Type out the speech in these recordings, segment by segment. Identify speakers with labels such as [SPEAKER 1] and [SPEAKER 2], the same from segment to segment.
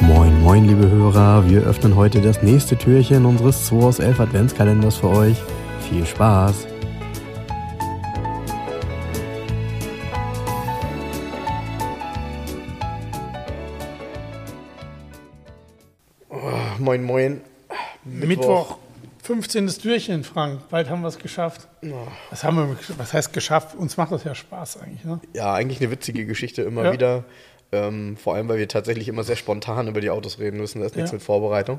[SPEAKER 1] Moin, moin, liebe Hörer. Wir öffnen heute das nächste Türchen unseres 2 aus 11 Adventskalenders für euch. Viel Spaß! Moin, moin.
[SPEAKER 2] Mittwoch. 15. Türchen, Frank. Bald haben wir es geschafft. Was, haben wir, was heißt geschafft? Uns macht das ja Spaß eigentlich. Ne?
[SPEAKER 1] Ja, eigentlich eine witzige Geschichte immer
[SPEAKER 2] Ja.
[SPEAKER 1] wieder. Ähm, vor allem, weil wir tatsächlich immer sehr spontan über die Autos reden müssen. Da ist nichts
[SPEAKER 2] Ja.
[SPEAKER 1] mit Vorbereitung.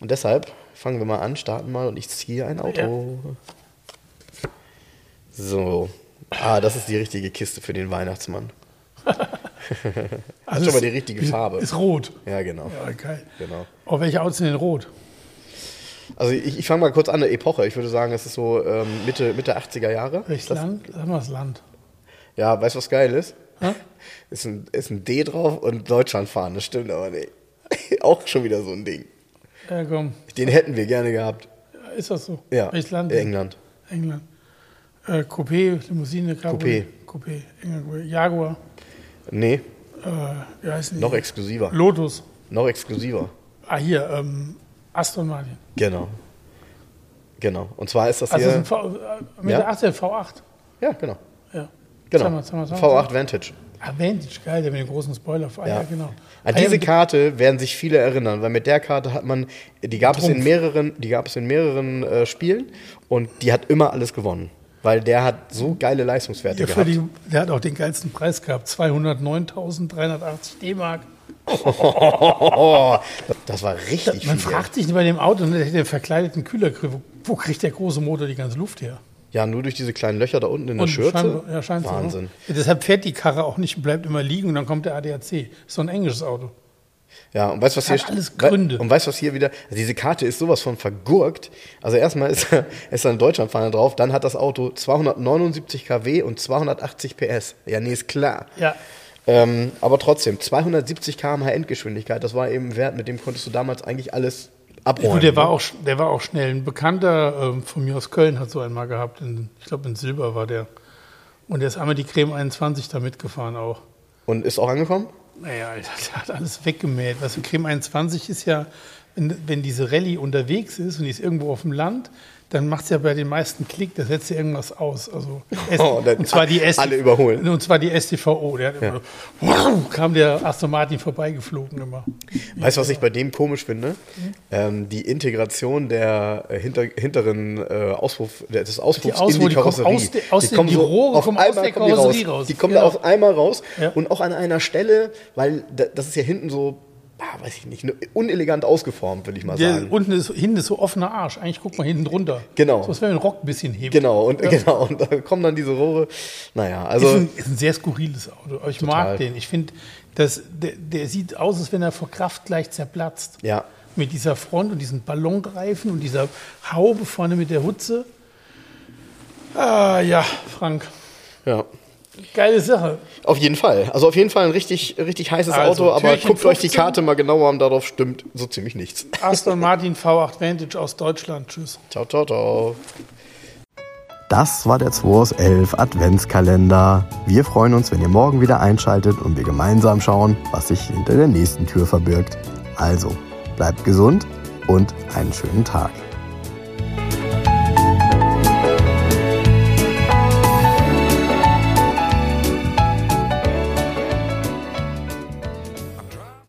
[SPEAKER 1] Und deshalb fangen wir mal an, starten mal und ich ziehe ein Auto. So. Ah, das ist die richtige Kiste für den Weihnachtsmann.
[SPEAKER 2] Also
[SPEAKER 1] schon mal
[SPEAKER 2] ist-
[SPEAKER 1] die richtige Farbe.
[SPEAKER 2] Ist rot.
[SPEAKER 1] Ja, genau.
[SPEAKER 2] Ja, geil.
[SPEAKER 1] Genau.
[SPEAKER 2] Oh, welche Autos sind denn rot?
[SPEAKER 1] Also ich, ich fange mal kurz an der Epoche. Ich würde sagen, es ist so ähm, Mitte, Mitte 80er Jahre.
[SPEAKER 2] Welches
[SPEAKER 1] Das-
[SPEAKER 2] Land? Sag mal das Land.
[SPEAKER 1] Ja, weißt du, was geil ist?
[SPEAKER 2] Hä?
[SPEAKER 1] Ist ein, ist ein D drauf und Deutschland fahren, das stimmt aber nicht. Auch schon wieder so ein Ding.
[SPEAKER 2] Ja, komm.
[SPEAKER 1] Den hätten wir gerne gehabt.
[SPEAKER 2] Ist das so?
[SPEAKER 1] Ja.
[SPEAKER 2] Welches Land?
[SPEAKER 1] England.
[SPEAKER 2] England. Äh, Coupé, Limousine, Cabriolet. Coupé. England, Coupé. Jaguar.
[SPEAKER 1] Nee,
[SPEAKER 2] Äh, wie heißen die?
[SPEAKER 1] noch exklusiver.
[SPEAKER 2] Lotus.
[SPEAKER 1] Noch exklusiver.
[SPEAKER 2] Ah, hier. Ähm, Aston Martin.
[SPEAKER 1] Genau. Genau. Und zwar ist das
[SPEAKER 2] Also
[SPEAKER 1] hier.
[SPEAKER 2] das ist ein v, äh, mit
[SPEAKER 1] Ja.
[SPEAKER 2] der 18 V8.
[SPEAKER 1] ja, genau.
[SPEAKER 2] Ja.
[SPEAKER 1] genau.
[SPEAKER 2] Sag mal, sag mal, sag mal.
[SPEAKER 1] V8 Vantage.
[SPEAKER 2] Ah, Vantage, geil, der mit dem großen Spoiler. Ah, ja, genau.
[SPEAKER 1] An
[SPEAKER 2] Ah, ja,
[SPEAKER 1] diese
[SPEAKER 2] mit-
[SPEAKER 1] Karte werden sich viele erinnern, weil mit der Karte hat man, die gab es in
[SPEAKER 2] Trumpf.
[SPEAKER 1] mehreren, die gab es in mehreren äh, Spielen und die hat immer alles gewonnen, weil der hat so geile Leistungswerte
[SPEAKER 2] Ja, für
[SPEAKER 1] gehabt.
[SPEAKER 2] die, der hat auch den geilsten Preis gehabt. 209.380 D-Mark.
[SPEAKER 1] Oh, das, das war richtig
[SPEAKER 2] Man
[SPEAKER 1] viel.
[SPEAKER 2] fragt sich bei dem Auto, ne, der hätte den verkleideten Kühlergrill, wo, wo kriegt der große Motor die ganze Luft her?
[SPEAKER 1] Ja, nur durch diese kleinen Löcher da unten in der Schürze.
[SPEAKER 2] scheinbar- ja, scheint so, ne?
[SPEAKER 1] Wahnsinn.
[SPEAKER 2] Ja, deshalb fährt die Karre auch nicht und bleibt immer liegen und dann kommt der ADAC. Ist so ein englisches Auto.
[SPEAKER 1] Ja, und weißt was hier
[SPEAKER 2] Hat alles Gründe.
[SPEAKER 1] wei- Und weißt was hier wieder? Also diese Karte ist sowas von vergurkt. Also erstmal ist, ist da ein Deutschlandfahne drauf, dann hat das Auto 279 kW und 280 PS. Ja, nee, ist klar.
[SPEAKER 2] Ja.
[SPEAKER 1] Ähm, aber trotzdem, 270 km/h Endgeschwindigkeit, das war eben ein Wert, mit dem konntest du damals eigentlich alles abräumen. ne?
[SPEAKER 2] Du, der, war auch, sch- der war auch schnell. Ein Bekannter ähm, von mir aus Köln hat so einen mal gehabt. In, ich glaube, in Silber war der. Und der ist einmal die Creme 21 da mitgefahren auch.
[SPEAKER 1] Und ist auch angekommen?
[SPEAKER 2] Naja, Alter, der hat alles weggemäht. Weißt du, Creme 21 ist ja, wenn, wenn diese Rallye unterwegs ist und die ist irgendwo auf dem Land, dann macht es ja bei den meisten Klick, da setzt ja irgendwas aus. Also, S-
[SPEAKER 1] Oh, dann
[SPEAKER 2] und zwar die S
[SPEAKER 1] alle überholen.
[SPEAKER 2] Und zwar die STVO. Der hat immer so, kam der Aston Martin vorbeigeflogen immer.
[SPEAKER 1] Weißt du, was ich bei dem komisch finde? Ähm, die Integration der äh, hinter, hinteren äh, Auspuff, der- des Auspuffs
[SPEAKER 2] Die Ausruhe,
[SPEAKER 1] in
[SPEAKER 2] die
[SPEAKER 1] die
[SPEAKER 2] kommen
[SPEAKER 1] Karosserie.
[SPEAKER 2] aus der- aus
[SPEAKER 1] die
[SPEAKER 2] den-
[SPEAKER 1] kommen
[SPEAKER 2] die
[SPEAKER 1] so
[SPEAKER 2] Rohre
[SPEAKER 1] auf
[SPEAKER 2] kommen aus
[SPEAKER 1] einmal
[SPEAKER 2] der
[SPEAKER 1] kommen die
[SPEAKER 2] Karosserie
[SPEAKER 1] raus.
[SPEAKER 2] raus.
[SPEAKER 1] Die kommen
[SPEAKER 2] Genau.
[SPEAKER 1] da auf einmal raus
[SPEAKER 2] Ja.
[SPEAKER 1] und auch an einer Stelle, weil da, das ist ja hinten so, ah, weiß ich nicht, ne- unelegant ausgeformt, würde ich mal
[SPEAKER 2] Der,
[SPEAKER 1] sagen.
[SPEAKER 2] unten ist, hinten ist so offener Arsch. Eigentlich guck mal hinten drunter.
[SPEAKER 1] Genau.
[SPEAKER 2] So, als wenn man den Rock ein bisschen hebt.
[SPEAKER 1] Genau, und genau, und da kommen dann diese Rohre. Naja, also.
[SPEAKER 2] ist, ein, ist ein sehr skurriles Auto. Aber Ich
[SPEAKER 1] Total.
[SPEAKER 2] mag den. Ich finde, dass der, der sieht aus, als wenn er vor Kraft gleich zerplatzt.
[SPEAKER 1] Ja.
[SPEAKER 2] Mit dieser Front und diesen Ballonreifen und dieser Haube vorne mit der Hutze. Ah ja, Frank.
[SPEAKER 1] ja.
[SPEAKER 2] Geile Sache.
[SPEAKER 1] Auf jeden Fall. Also auf jeden Fall ein richtig, richtig heißes
[SPEAKER 2] Also,
[SPEAKER 1] Auto, aber
[SPEAKER 2] Türchen
[SPEAKER 1] guckt euch die
[SPEAKER 2] 15.
[SPEAKER 1] Karte mal genauer an, darauf stimmt so ziemlich nichts.
[SPEAKER 2] Aston Martin V8 Vantage aus Deutschland. Tschüss.
[SPEAKER 1] Ciao, ciao, ciao.
[SPEAKER 3] Das war der 2 aus 11 Adventskalender. Wir freuen uns, wenn ihr morgen wieder einschaltet und wir gemeinsam schauen, was sich hinter der nächsten Tür verbirgt. Also, bleibt gesund und einen schönen Tag.